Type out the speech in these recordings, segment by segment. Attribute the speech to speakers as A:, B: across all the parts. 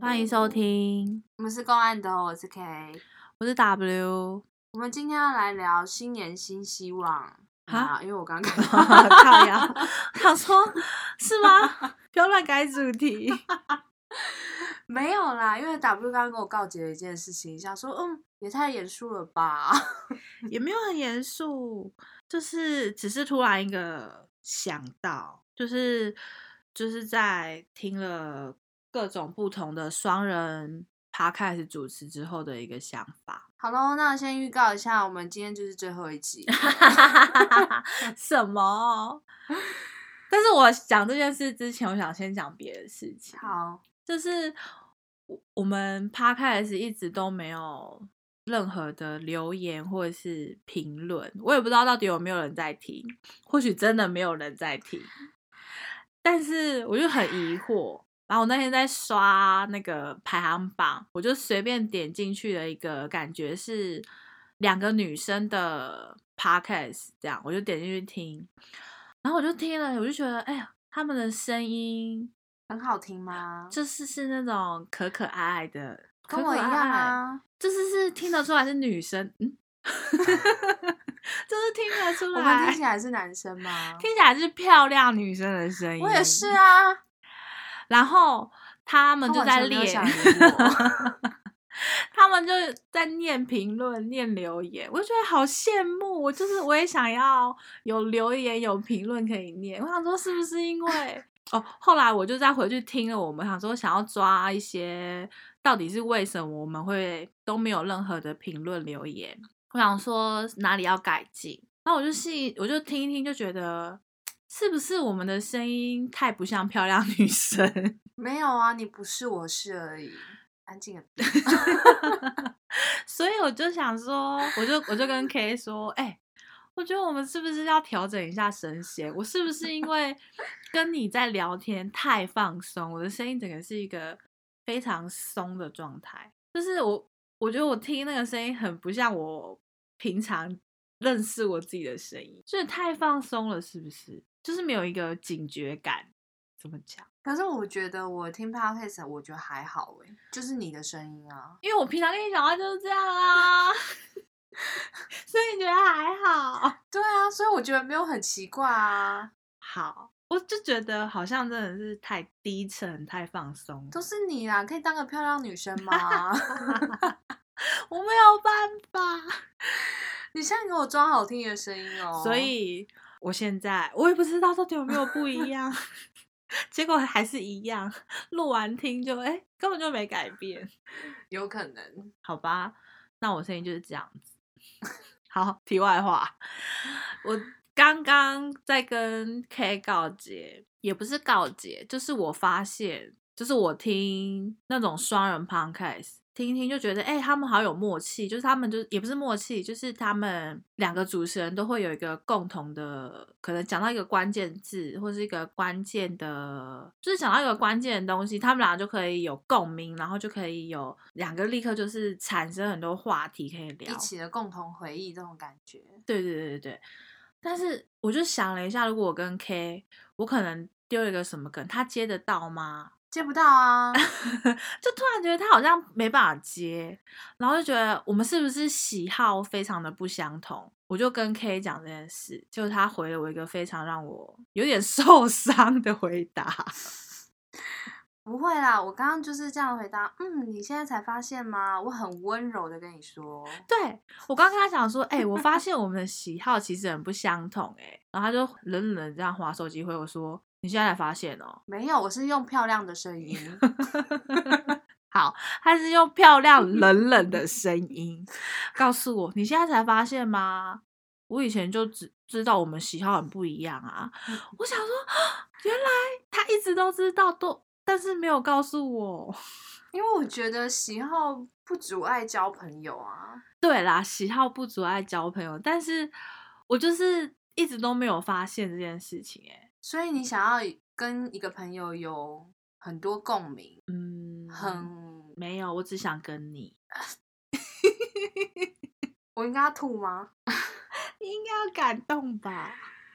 A: 欢迎收听，
B: 我们是公案的，哦我是 K。
A: 我是 W。
B: 我们今天要来聊新年新希望啊，因为我刚刚
A: 靠呀，想说是吗？不要乱改主题。
B: 没有啦，因为 W 刚刚跟我告解了一件事情，想说嗯，也太严肃了吧。
A: 也没有很严肃，就是只是突然一个想到，就是就是在听了各种不同的双人 podcast 主持之后的一个想法。
B: 好喽，那先预告一下，我们今天就是最后一集。
A: 什么？但是我讲这件事之前，我想先讲别的事情。，
B: 好，
A: 就是我我们 podcast 一直都没有任何的留言或者是评论，我也不知道到底有没有人在听，或许真的没有人在听，但是我就很疑惑。然后我那天在刷那个排行榜，我就随便点进去了一个，感觉是两个女生的 podcast，这样我就点进去听，然后我就听了，我就觉得，哎呀，他们的声音
B: 很好听吗？
A: 就是是那种可可爱爱的，可
B: 跟我一
A: 可
B: 样
A: 爱爱，
B: 啊。
A: 就是是听得出来是女生，嗯， 就是听得出
B: 我们
A: 来，
B: 听起来是男生吗？
A: 听起来是漂亮女生的声音。
B: 我也是，啊。
A: 然后他们
B: 他
A: 就
B: 完
A: 在
B: 全没有
A: 列
B: 想理我，
A: 他们就在念评论、念留言，我就觉得好羡慕。我就是我也想要有留言、有评论可以念。我想说，是不是因为哦？后来我就再回去听了，我们想说想要抓一些到底是为什么我们会都没有任何的评论留言。我想说哪里要改进，那我就细我就听一听，就觉得是不是我们的声音太不像漂亮女生？
B: 没有啊，你不是我是而已。安静了。
A: 所以我就想说，我就我就跟 K 说，哎、我觉得我们是不是要调整一下声线？我是不是因为跟你在聊天太放松，我的声音整个是一个非常松的状态？就是我，我觉得我听那个声音很不像我平常认识我自己的声音，就是太放松了，是不是？就是没有一个警觉感，怎么讲？
B: 可是我觉得我听 podcast，我觉得还好诶，就是你的声音啊。
A: 因为我平常跟你讲话就是这样啊， 所以你觉得还好？
B: 对啊，所以我觉得没有很奇怪啊，
A: 好，我就觉得好像真的是太低沉、太放松了，
B: 都是你啦，可以当个漂亮女生吗？
A: 我没有办法。
B: 你现在给我装好听的声音哦。
A: 所以我现在我也不知道到底有没有不一 样，结果还是一样。录完听就哎、诶根本就没改变，
B: 有可能
A: 好吧？那我声音就是这样子。好，题外话，我刚刚在跟 K 告解，也不是告解，就是我发现，就是我听那种双人 podcast，听一听就觉得，哎、他们好有默契，就是他们就也不是默契，就是他们两个主持人都会有一个共同的，可能讲到一个关键字或是一个关键的，就是讲到一个关键的东西，他们俩就可以有共鸣，然后就可以有两个立刻就是产生很多话题可以聊
B: 一，起的共同回忆这种感觉，
A: 对对对对对，但是我就想了一下，如果我跟 K，我可能丢了一个什么梗，他接得到吗？
B: 接不到啊。
A: 就突然觉得他好像没办法接，然后就觉得我们是不是喜好非常的不相同？我就跟 K 讲这件事，就他回了我一个非常让我有点 受伤的回答。
B: 不会啦，我刚刚就是这样回答。嗯，你现在才发现吗？我很温柔的跟你说，
A: 对我刚跟他讲说，哎、我发现我们的喜好其实很不相同、欸，哎，然后他就冷冷地这样划手机回我说，你现在才发现哦、
B: 没有，我是用漂亮的 声音。
A: 好，他是用漂 亮冷冷的声音告诉我：“你现在才发现吗？我以前就只知道我们喜好很不一样啊。”我想说，原来他一直都知道，都但是没有告诉我。
B: 因为我觉得喜好不阻碍交朋友啊。
A: 对啦，喜好不阻碍交朋友，但是我就是一直都没有发现这件事情、欸。
B: 所以你想要跟一个朋友有很多共鸣，
A: 嗯，
B: 很，
A: 没有，我只想跟你。
B: 我应该要吐吗？
A: 你应该要感动吧？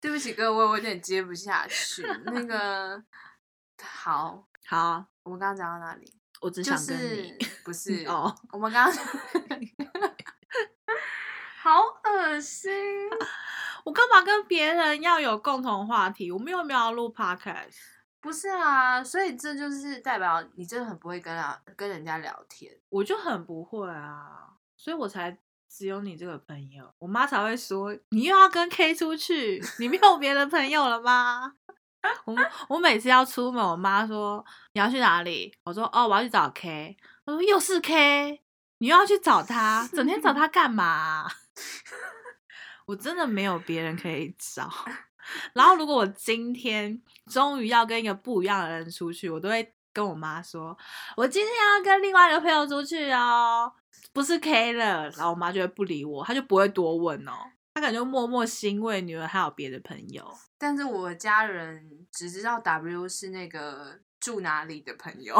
B: 对不起各位，我有点接不下去。那个，好，
A: 好，
B: 我们刚刚讲到哪里？
A: 我只
B: 就
A: 想
B: 是
A: 跟你。
B: 不是
A: 哦，
B: 我们刚刚 好恶心，
A: 我干嘛跟别人要有共同话题？我们又没有要录 podcast，
B: 不是啊，所以这就是代表你真的很不会跟啊跟人家聊天。
A: 我就很不会啊，所以我才只有你这个朋友。我妈才会说你又要跟 K 出去，你没有别的朋友了吗？ 我我每次要出门，我妈说你要去哪里？我说哦，我要去找 K。她说又是 K，你又要去找他，整天找他干嘛、 我真的没有别人可以找。然后如果我今天终于要跟一个不一样的人出去，我都会跟我妈说，我今天要跟另外一个朋友出去哦，不是 K 了。然后我妈就会不理我，她就不会多问哦，她感觉默默欣慰女儿还有别的朋友。
B: 但是我家人只知道 W 是那个住哪里的朋友，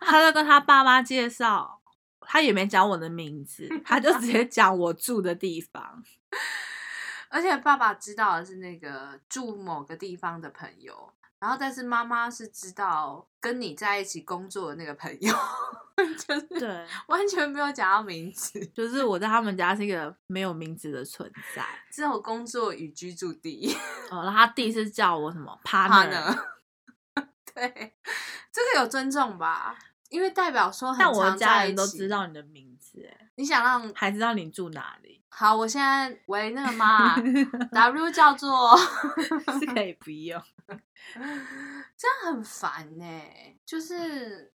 A: 她就跟她爸妈介绍，她也没讲我的名字，她就直接讲我住的地 方。
B: 而且爸爸知道的是那个住某个地方的朋友，然后但是妈妈是知道跟你在一起工作的那个朋友， 就是
A: 对，
B: 完全没有讲到名字，
A: 就是我在他们家是一个没有名字的存在。
B: 只有工作与居住地。
A: 哦，然后她第一次叫我什么 partner，
B: partner。对，这个有尊重吧？因为代表说很
A: 但我
B: 常
A: 家
B: 在
A: 人
B: 一
A: 都
B: 起
A: 知。道你的名字，哎
B: 你想让
A: 还知道你住哪里，
B: 好，我现在喂那个妈 啊 W 叫做，
A: 是可以不用。
B: 这样很烦呢、就是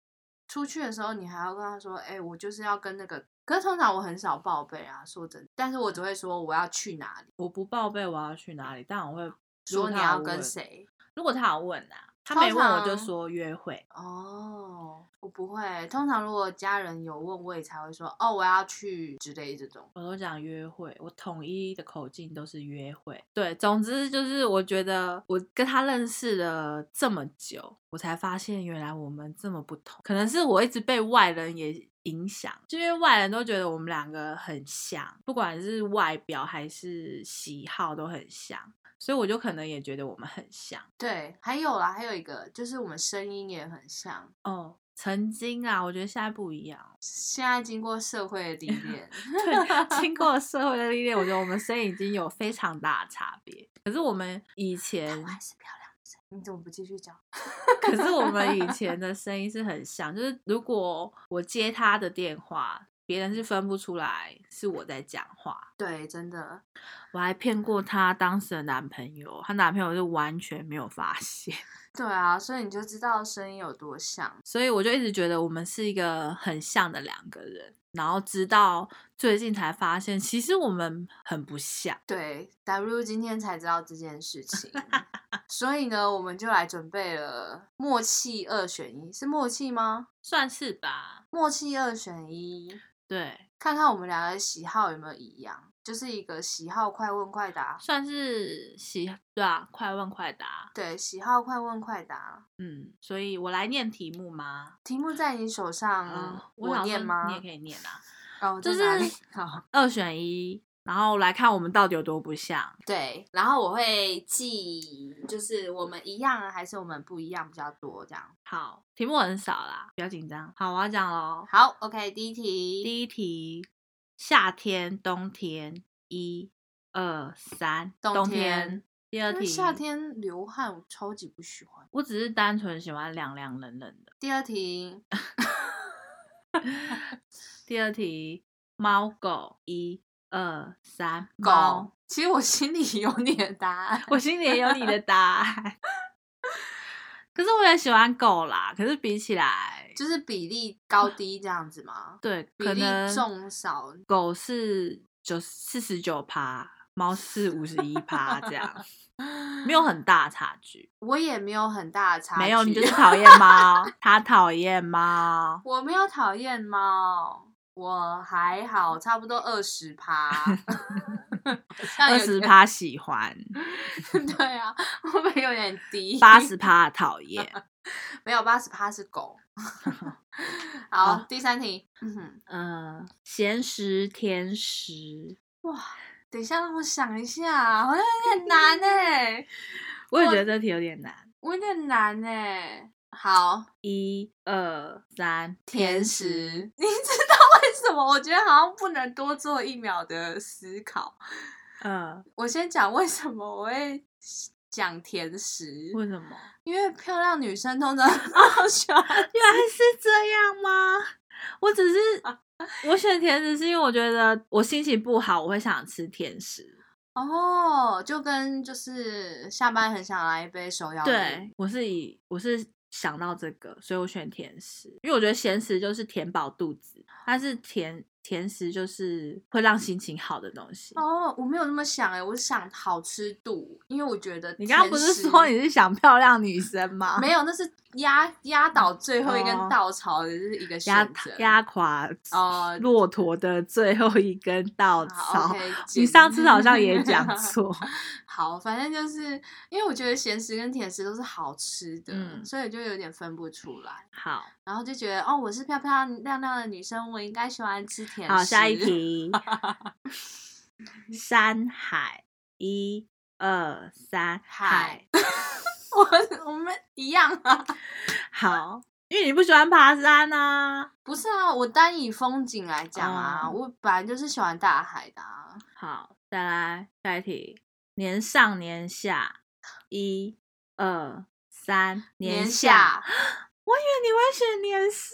B: 出去的时候，你还要跟他说，哎、我就是要跟那个。可是通常我很少报备啊，说真的，但是我只会说我要去哪里，
A: 我不报备我要去哪里，但我会如
B: 说
A: 果
B: 你
A: 他
B: 要
A: 有
B: 跟
A: 问
B: 谁。
A: 如果他有问啊，他
B: 通
A: 没问我就
B: 常
A: 说约会。
B: 哦，我不会。通常如果家人有问，我也才会说哦，我要去之类这种。
A: 我都讲约会，我统一的口径都是约会。对，总之就是我觉得我跟他认识了这么久，我才发现原来我们这么不同。可能是我一直被外人也影响，就因为外人都觉得我们两个很像，不管是外表还是喜好都很像，所以我就可能也觉得我们很像。
B: 对，还有啦，还有一个就是我们声音也很像。
A: 哦，曾经啊，我觉得现在不一样。
B: 现在经过社会的历 练，
A: 对，经过社会的历练，我觉得我们声音已经有非常大的差别。可是我们以前
B: 我，还是漂亮的声音。你怎么不继续讲？
A: 可是我们以前的声音是很像，就是如果我接他的电话，别人是分不出来是我在讲话。
B: 对，真的，
A: 我还骗过她当时的男朋友，她男朋友就完全没有发现，
B: 对啊，所以你就知道声音有多像。
A: 所以我就一直觉得我们是一个很像的两个人。然后直到最近才发现，其实我们很不像。
B: 对，W 今天才知道这件事 情，所以呢，我们就来准备了默契二选一，是默契吗？
A: 算是吧。
B: 默契二选一，
A: 对，
B: 看看我们两个喜好有没有一样，就是一个喜好快问快答。
A: 算是喜对啊，快问快答。
B: 对，喜好快问快答。
A: 嗯，所以我来念题目吗？呃
B: 题目在你手上，
A: 嗯我想
B: 嗯念
A: 说
B: 吗？
A: 你也可以念啊。
B: 哦，
A: 就
B: 在哪
A: 是
B: 里好，
A: 二选一，然后来看我们到底有多不像。
B: 对，然后我会记，就是我们一样啊还是我们不一样比较多这样。
A: 好，题目很少啦，不要紧张。好，我要讲喽。
B: 好，OK，第一题，
A: 第一题，夏天、冬天，一、二、三，
B: 冬
A: 冬
B: 天。
A: 第二题，
B: 因为夏，天流汗，我超级不喜欢。
A: 我只是单纯喜欢凉凉冷冷的。
B: 第二题，
A: 第二题，猫狗，一、二、三，猫
B: 狗。其实我心里 有你的答案，
A: 我心里也有你的答案。可是我也喜欢狗啦，可是比起来，
B: 就是比例高低这样子吗？
A: 对，
B: 比
A: 可
B: 例
A: 能
B: 重少
A: 狗是九四十九趴，猫是五十一趴，这样 没有很大差距。
B: 我也没有很大 的差距，
A: 没有，你 就是讨厌猫，它讨厌猫。
B: 我没有讨厌猫，我还好，差不多二十 趴，
A: 二
B: 二
A: 十，趴喜欢，
B: 对啊，会不会有点低？
A: 八十趴讨厌。
B: 没有八十趴是 狗。好，
A: 好
B: 第三题，嗯哼，
A: 嗯，咸食、甜食，
B: 等一下让我想一 下，好像有点难哎、
A: 我也觉得这题有点难。
B: 我有点难哎、好，
A: 一二三，
B: 甜食， 你知道为什么？我觉得好像不能多做一秒的思考。
A: 嗯，
B: 我先讲为什么我会讲甜食，
A: 为什么？
B: 因为漂亮女生通常 都喜欢
A: 原来是这样吗？我只 是我选甜食是因为我觉得我心情不好，我会想吃甜食。
B: 哦，就跟就是下班很想来一杯手摇饮
A: 对，我是以我是想到这个，所以我选甜食，因为我觉得咸食就是填饱肚子，它是甜甜食就是会让心情好的东西。
B: 哦，我没有那么想哎、我是想好吃度，因为我觉得
A: 你刚刚
B: 甜
A: 不是
B: 食
A: 说你是想漂亮女生吗？
B: 没有，那是压压倒最后一根
A: 哦
B: 稻草的就是一个
A: 压
B: 选择。
A: 压垮
B: 哦
A: 骆驼的最后一根稻
B: 好
A: 草。
B: ，OK，
A: 你
B: 剪
A: 上次好像也 讲错，
B: 好，反正就是因为我觉得咸食跟甜食都是好吃的，
A: 嗯
B: 所以就有点分不出来，
A: 好，
B: 然后就觉得哦，我是漂漂亮亮的女生，我应该喜欢吃甜食。
A: 好，下一题。山海，一二三，
B: 海。 我我们一样啊，
A: 好，因为你不喜欢爬山啊。
B: 不是啊，我单以风景来讲啊，
A: 哦
B: 我本来就是喜欢大海的啊。
A: 好，再来下一题，年上年下，一二三，
B: 年
A: 下
B: 下。
A: 我以为你会选年上，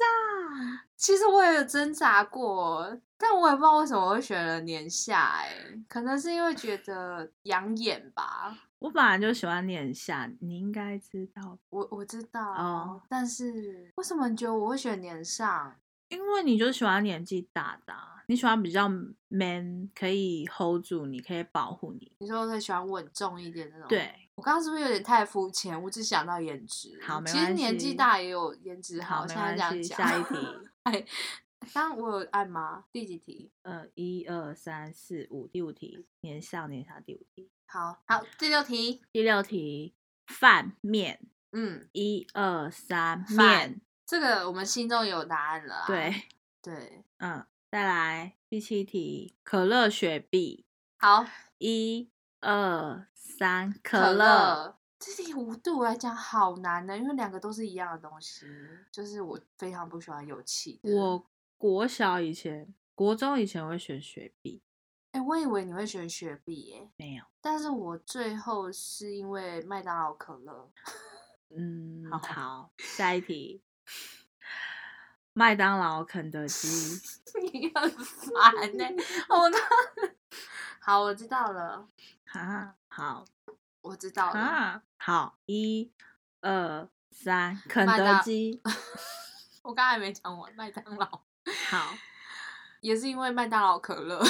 B: 其实我也有挣扎过，但我也不知道为什么我会选了年下、哎，可能是因为觉得养眼吧。
A: 我本来就喜欢年下，你应该知道，
B: 我我知道，
A: 哦
B: 但是为什么你觉得我会选年上？
A: 因为你就喜欢年纪大的啊、你喜欢比较 man，可以 hold 住你，可以保护你。
B: 你说我会喜欢稳重一点那种。，
A: 对，
B: 我刚刚是不是有点太肤浅？我只想到颜值。
A: 好没
B: 其实
A: 关
B: 年
A: 系
B: 纪大也有颜值
A: 好，
B: 好，
A: 没
B: 现在
A: 关
B: 这样
A: 系。
B: 讲。
A: 下一题。
B: 哎，刚我有按吗？第几题？
A: 呃，一二三四五，第五题，年上年下第五题，
B: 好好，第六题。
A: 第六题，饭面，
B: 嗯，
A: 一二三，
B: 饭
A: 面，
B: 这个我们心中有答案了、啊。
A: 对，
B: 对，
A: 嗯，再来第七题，可乐雪碧，
B: 好，
A: 一二三，
B: 可
A: 可乐，
B: 这题五对我来讲好难呢，因为两个都是一样的东西，就是我非常不喜欢有气的。
A: 我国小以前，国中以前会选雪碧，
B: 哎、我以为你会选雪碧耶，
A: 没有，
B: 但是我最后是因为麦当劳可乐。
A: 嗯，
B: 好
A: 好，下一题，麦当劳、肯德 基。
B: 你很烦 呢，我刚好，我知道了，
A: 啊，好
B: 我知道了。
A: 啊，好，一、二、三，肯
B: 麦
A: 德
B: 当
A: 基，
B: 我刚才没讲完，麦当劳
A: 好，
B: 也是因为麦当劳可乐。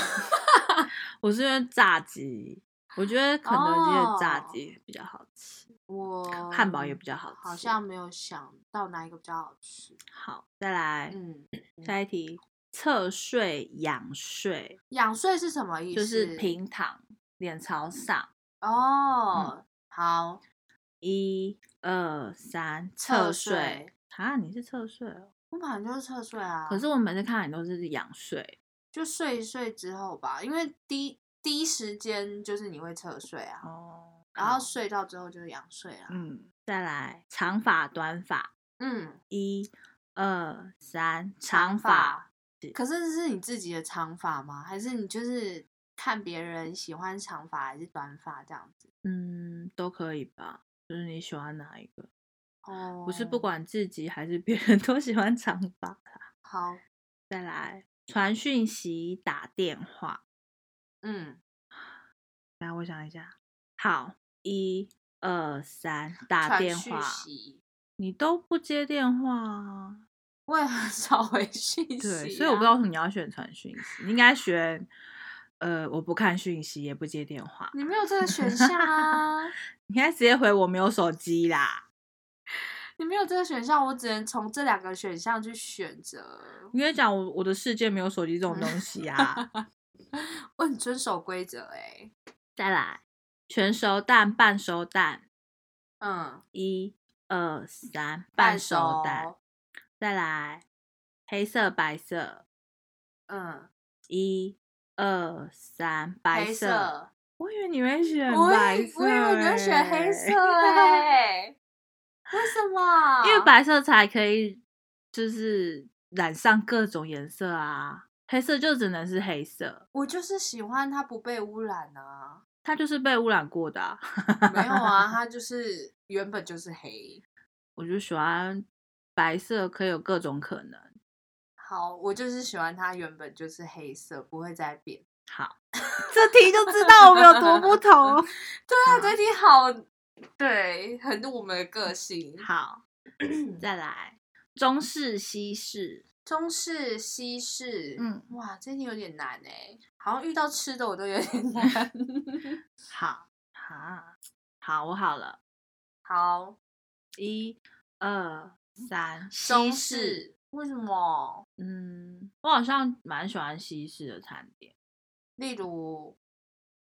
A: 我是因为炸鸡，我觉得肯德基的炸
B: 哦
A: 鸡比较好吃，
B: 我
A: 汉堡也比较好吃。
B: 好像没有想到哪一个比较好吃。
A: 好，再来、
B: 嗯，
A: 下一题，侧睡仰睡
B: 仰睡是什么意思？
A: 就是平躺，脸朝上，
B: 哦，
A: 嗯
B: 好，
A: 一、二、三，
B: 侧
A: 侧睡
B: 睡。
A: 啊，你是侧睡哦，
B: 我本来就是侧睡啊，
A: 可是我每次看你都是仰睡，
B: 就睡一睡之后吧，因为第一第一时间就是你会侧睡啊，
A: 哦，
B: 然后
A: 好
B: 睡到之后就是仰睡啊。
A: 嗯，再来长发、短发，
B: 嗯，
A: 一、二、三，
B: 长
A: 长发。，
B: 可是这是你自己的长发吗？还是你就是看别人喜欢长发还是短发这样子？
A: 嗯，都可以吧，就是你喜欢哪一个？
B: 哦，
A: 我是不管自己还是别人都喜欢长发啦。
B: 好，
A: 再来，传讯息、打电话。
B: 嗯，
A: 来，我想一下。好，一、二、三，打
B: 传
A: 电
B: 讯
A: 话。
B: 息
A: 你都不接电话啊？
B: 我也很 少回讯息、啊
A: 对，所以我不知道为。什么你要选传讯息，你应该选。呃，我不看讯息，也不接电话。
B: 你没有这个选项啊！
A: 你应该直接回我没有手机啦，
B: 你没有这个选项，我只能从这两个选项去选择。
A: 你应该讲我我的世界没有手机这种东西啊。
B: 我很遵守规则哎。
A: 再来，全熟蛋、半熟蛋，
B: 嗯，
A: 一、二、三，半熟蛋。
B: 熟。
A: 再来，黑色、白色，
B: 嗯，
A: 一、二、三，白
B: 黑
A: 色。我以为你会选
B: 我
A: 白
B: 以
A: 色、
B: 我以为你会选黑色
A: 欸
B: 哎。 为什么？
A: 因为白色才可以就是染上各种颜色啊，黑色就只能是黑色，
B: 我就是喜欢它不被污染啊。
A: 它就是被污染过的、啊。
B: 没有啊，它就是原本就是黑。
A: 我就喜欢白色，可以有各种可能。
B: 好，我就是喜欢它原本就是黑色，不会再变。
A: 好，这题就知道我们有多不同。
B: 对啊，这题好，对，很我们的个性。
A: 好，再来中式、西式，
B: 中式、西式，
A: 嗯，
B: 哇，这题有点难哎、好像遇到吃的我都 有点难。
A: 好啊，好，我好了，
B: 好，
A: 一、二、三，
B: 中
A: 西式。
B: 式为什么？
A: 嗯，我好像蛮喜欢西式的餐点，
B: 例如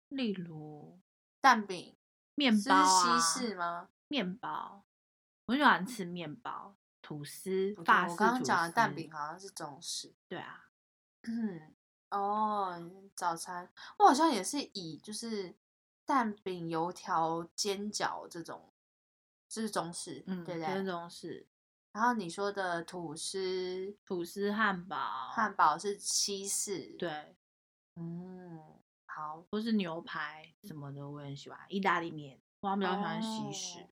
A: 例如
B: 蛋饼
A: 面
B: 是
A: 包啊，
B: 西式吗？
A: 面包，我喜欢吃面包、吐司
B: 不、对
A: 法式
B: 我刚刚
A: 吐
B: 讲的蛋
A: 司
B: 饼，好像是中式。
A: 对啊，
B: 嗯，哦，早餐我好像也是以就是蛋饼、油条、煎饺这种，这是中式，
A: 嗯，
B: 对不
A: 这
B: 对？
A: 种是
B: 然后你说的吐司、
A: 吐司、汉堡、
B: 汉堡是西式，，
A: 对，
B: 嗯，好，
A: 或是牛排什么的，我也很喜欢。意大利面，我好像比较喜欢西式
B: 哦。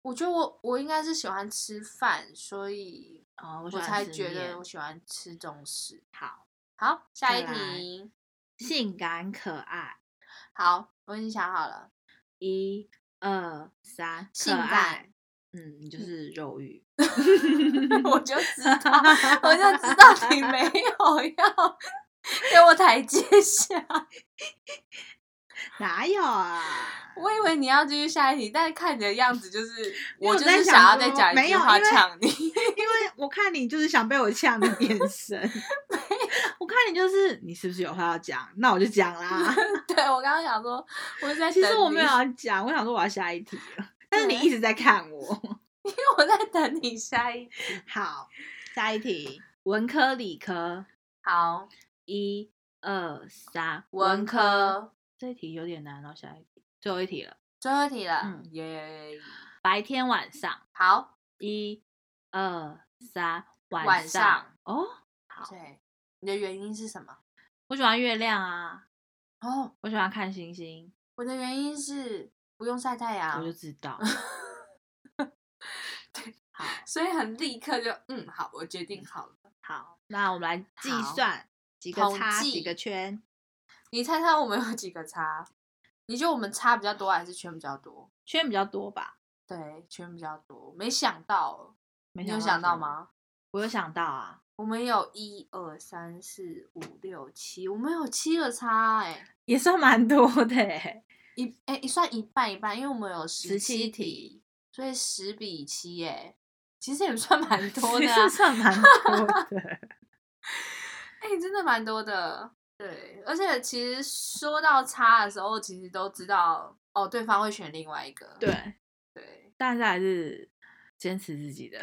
B: 我觉得我我应该是喜欢吃饭，所以
A: 哦，我喜
B: 我
A: 欢
B: 才
A: 吃
B: 觉
A: 面
B: 得我喜欢吃中式。
A: 好，
B: 好，下
A: 再
B: 一
A: 来
B: 题，
A: 性感可爱，
B: 好，我已经想好了，
A: 一二三，可
B: 性感
A: 爱，嗯，你就是肉欲。
B: 我就知道，我就知道你没有要给我台阶下。
A: 哪有啊？
B: 我以为你要继续下一题，但是看你的样子，就是
A: 因为
B: 我
A: 我
B: 就
A: 在
B: 是
A: 想
B: 想要
A: 说
B: 再讲一
A: 没
B: 句
A: 有
B: 话
A: 因为
B: 呛你。
A: 因为我看你就是想被我呛的眼神， 我看你就是你是不是有话要讲？那我就讲啦。
B: 对我刚刚想说，我是在
A: 哎其实
B: 等
A: 我没有啊
B: 你
A: 要讲，我想说我要下一题了， 但是你一直在看我。
B: 因为我在等你下一题。
A: 好，下一题，文科理科，
B: 好，
A: 一二三，
B: 文科
A: 这一题有点难哦，下一题，最后一题了。
B: 最后一题了
A: 嗯，
B: 耶、
A: 白天晚上，
B: 好，
A: 一二三，晚
B: 晚上
A: 哦，
B: 对，你的原因是什么？
A: 我喜欢月亮啊，
B: 哦，
A: 我喜欢看星星，
B: 我的原因是不用晒太
A: 我
B: 阳
A: 就，知道。好
B: 所以很立刻就嗯，好，我决定好了。
A: 好，那我们来计
B: 好
A: 算几个
B: 统
A: 叉
B: 计
A: 几个圈，
B: 你猜猜我们有几个差？你觉得我们差比较多还是圈比较多？
A: 圈比较多吧？
B: 对，圈比较多。没想到，
A: 没
B: 你有
A: 想
B: 想到
A: 是我？
B: 吗？
A: 我有想到啊，
B: 我们有一二三四五六七，我们有七个差哎、
A: 也算蛮多的欸。
B: 一哎、算一半一半，因为我们有十
A: 17
B: 题，所以十比七哎、其实也算蛮多
A: 其
B: 的、
A: 实
B: 啊，
A: 算蛮多的。
B: 哎、真的蛮多的。对，而且其实说到差的时候，其实都知道哦，对方会选另外一个。
A: 对，
B: 对，
A: 但是还是坚持自己的。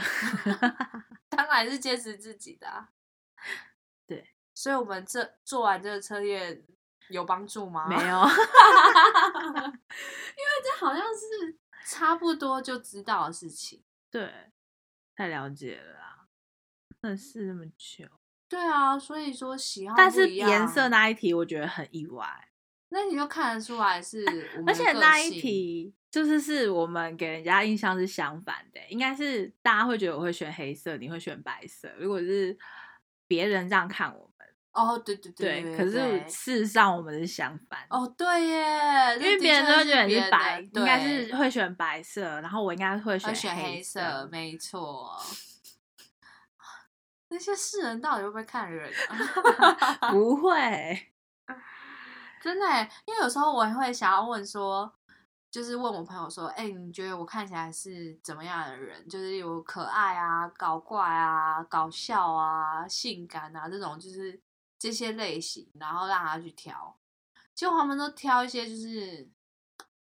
B: 当然是坚持自己的、啊。
A: 对，
B: 所以我们这做完这个测验有帮助吗？
A: 没
B: 因为
A: 有，
B: 这好像是差不多就知道的事情。
A: 对，太了解了啦。认识那么久，
B: 对啊，所以说喜好
A: 但
B: 不
A: 是
B: 一样
A: 颜色，那一题我觉得很意外，
B: 那你就看得出来是我们的
A: 哎而且那
B: 个
A: 一
B: 性
A: 题就是是我们给人家印象是相反的欸、应该是大家会觉得我会选黑色，你会选白色。如果是别人这样看我们，
B: 哦，对对
A: 对，
B: 对
A: 可
B: 对
A: 是事实上我们是相反。
B: 哦对耶，
A: 因为别人都
B: 都
A: 会觉得你是白，应该
B: 对
A: 是会选白色，然后我应该会
B: 要
A: 选
B: 选黑
A: 黑
B: 色，没错。啊那些世人到底会不会看人啊？
A: 不会，
B: 真的欸，因为有时候我也会想要问说，就是问我朋友说，哎、你觉得我看起来是怎么样的人？就是有可爱啊、搞怪啊、搞笑啊、性感啊这种，就是这些类型，然后让他去挑。结果他们都挑一些，就是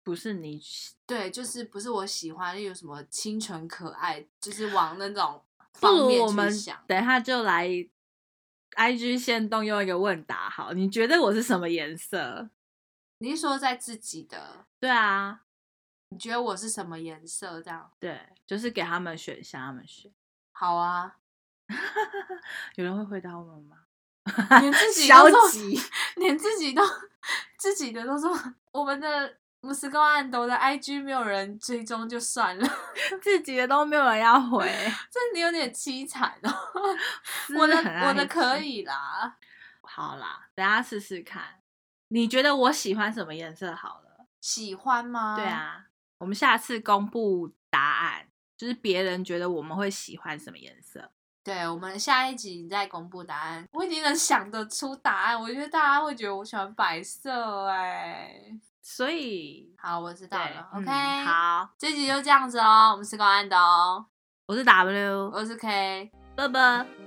A: 不是你
B: 对，就是不是我喜欢，例如什么清纯可爱，就是往那种
A: 不
B: 方
A: 如
B: 面
A: 我们
B: 去想。
A: 等一下就来 I G 线动用一个问答，好，你觉得我是什么颜色？
B: 你是说在自己的
A: 对啊，
B: 你觉得我是什么颜色？这样
A: 对，就是给他们选，向他们选。
B: 好啊，
A: 有人会回答我们吗？
B: 连自己
A: 啊消
B: 都做
A: 极，
B: 连自己都自己的都说，我们的五十公案斗的 IG 没有人追踪就算了，
A: 自己的都没有人要回。
B: 真的有点凄惨哦。 我的
A: 真很
B: 我
A: 爱
B: 的可
A: 吃，
B: 以啦，
A: 好啦，等下试试看。你觉得我喜欢什么颜色？好了，
B: 喜欢吗？
A: 对，啊，我们下次公布答案，就是别人觉得我们会喜欢什么颜色。
B: 对，我们下一集再公布答案。我已经能想得出答案，我觉得大家会觉得我喜欢白色哎、
A: 所以，
B: 好，我知道
A: 对
B: 了。
A: 嗯
B: OK，、，
A: 好，
B: 这集就这样子哦。我们是高安的哦，
A: 我是 W，
B: 我是 K，
A: 拜拜。